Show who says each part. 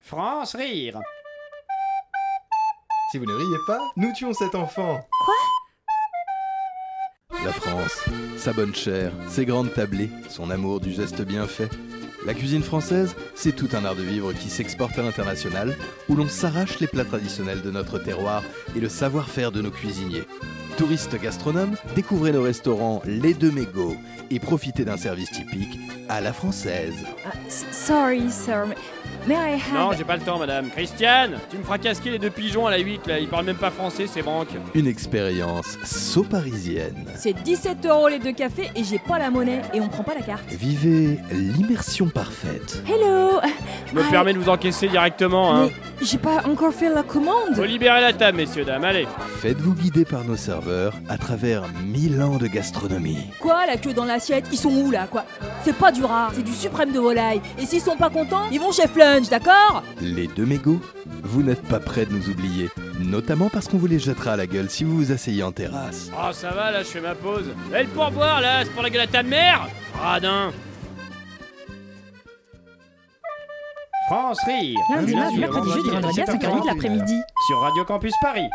Speaker 1: France rire.
Speaker 2: Si vous ne riez pas, nous tuons cet enfant. La France, sa bonne chair, ses grandes tablées, son amour du geste bien fait. La cuisine française, c'est tout un art de vivre qui s'exporte à l'international, où l'on s'arrache les plats traditionnels de notre terroir et le savoir-faire de nos cuisiniers. Touristes gastronomes, découvrez nos restaurants Les Deux Mégots et profitez d'un service typique à la française.
Speaker 3: Uh, s- sorry, sir. may- May I
Speaker 1: Non,
Speaker 3: have
Speaker 1: j'ai pas le temps, madame. Christiane, tu me feras casquer les deux pigeons à la 8, là. Ils parlent même pas français, ces banques.
Speaker 2: Une expérience saut-parisienne.
Speaker 3: C'est 17 euros les deux cafés et j'ai pas la monnaie et on prend pas la carte.
Speaker 2: Vivez l'immersion parfaite.
Speaker 3: Hello
Speaker 1: Je me
Speaker 3: Ah.
Speaker 1: permets de vous encaisser directement, hein.
Speaker 3: Mais j'ai pas encore fait la commande.
Speaker 1: Faut libérer la table, messieurs, dames, allez.
Speaker 2: Faites-vous guider par nos serveurs à travers mille ans de gastronomie.
Speaker 3: Quoi, la queue dans l'assiette Ils sont où là, quoi C'est pas du rare, c'est du suprême de volaille. Et s'ils sont pas contents, ils vont chez Flunch, d'accord
Speaker 2: Les deux mégots Vous n'êtes pas près de nous oublier, notamment parce qu'on vous les jettera à la gueule si vous vous asseyez en terrasse.
Speaker 1: Oh, ça va, là, je fais ma pause. Et le pourboire, là, c'est pour la gueule à ta mère Radin France Rire
Speaker 4: Lundi,
Speaker 1: Bien
Speaker 4: mardi, mercredi,
Speaker 1: sûr, vendredi,
Speaker 4: jeudi, vendredi à 5h30 de
Speaker 1: 17h30,
Speaker 4: l'après-midi.
Speaker 1: Sur Radio Campus Paris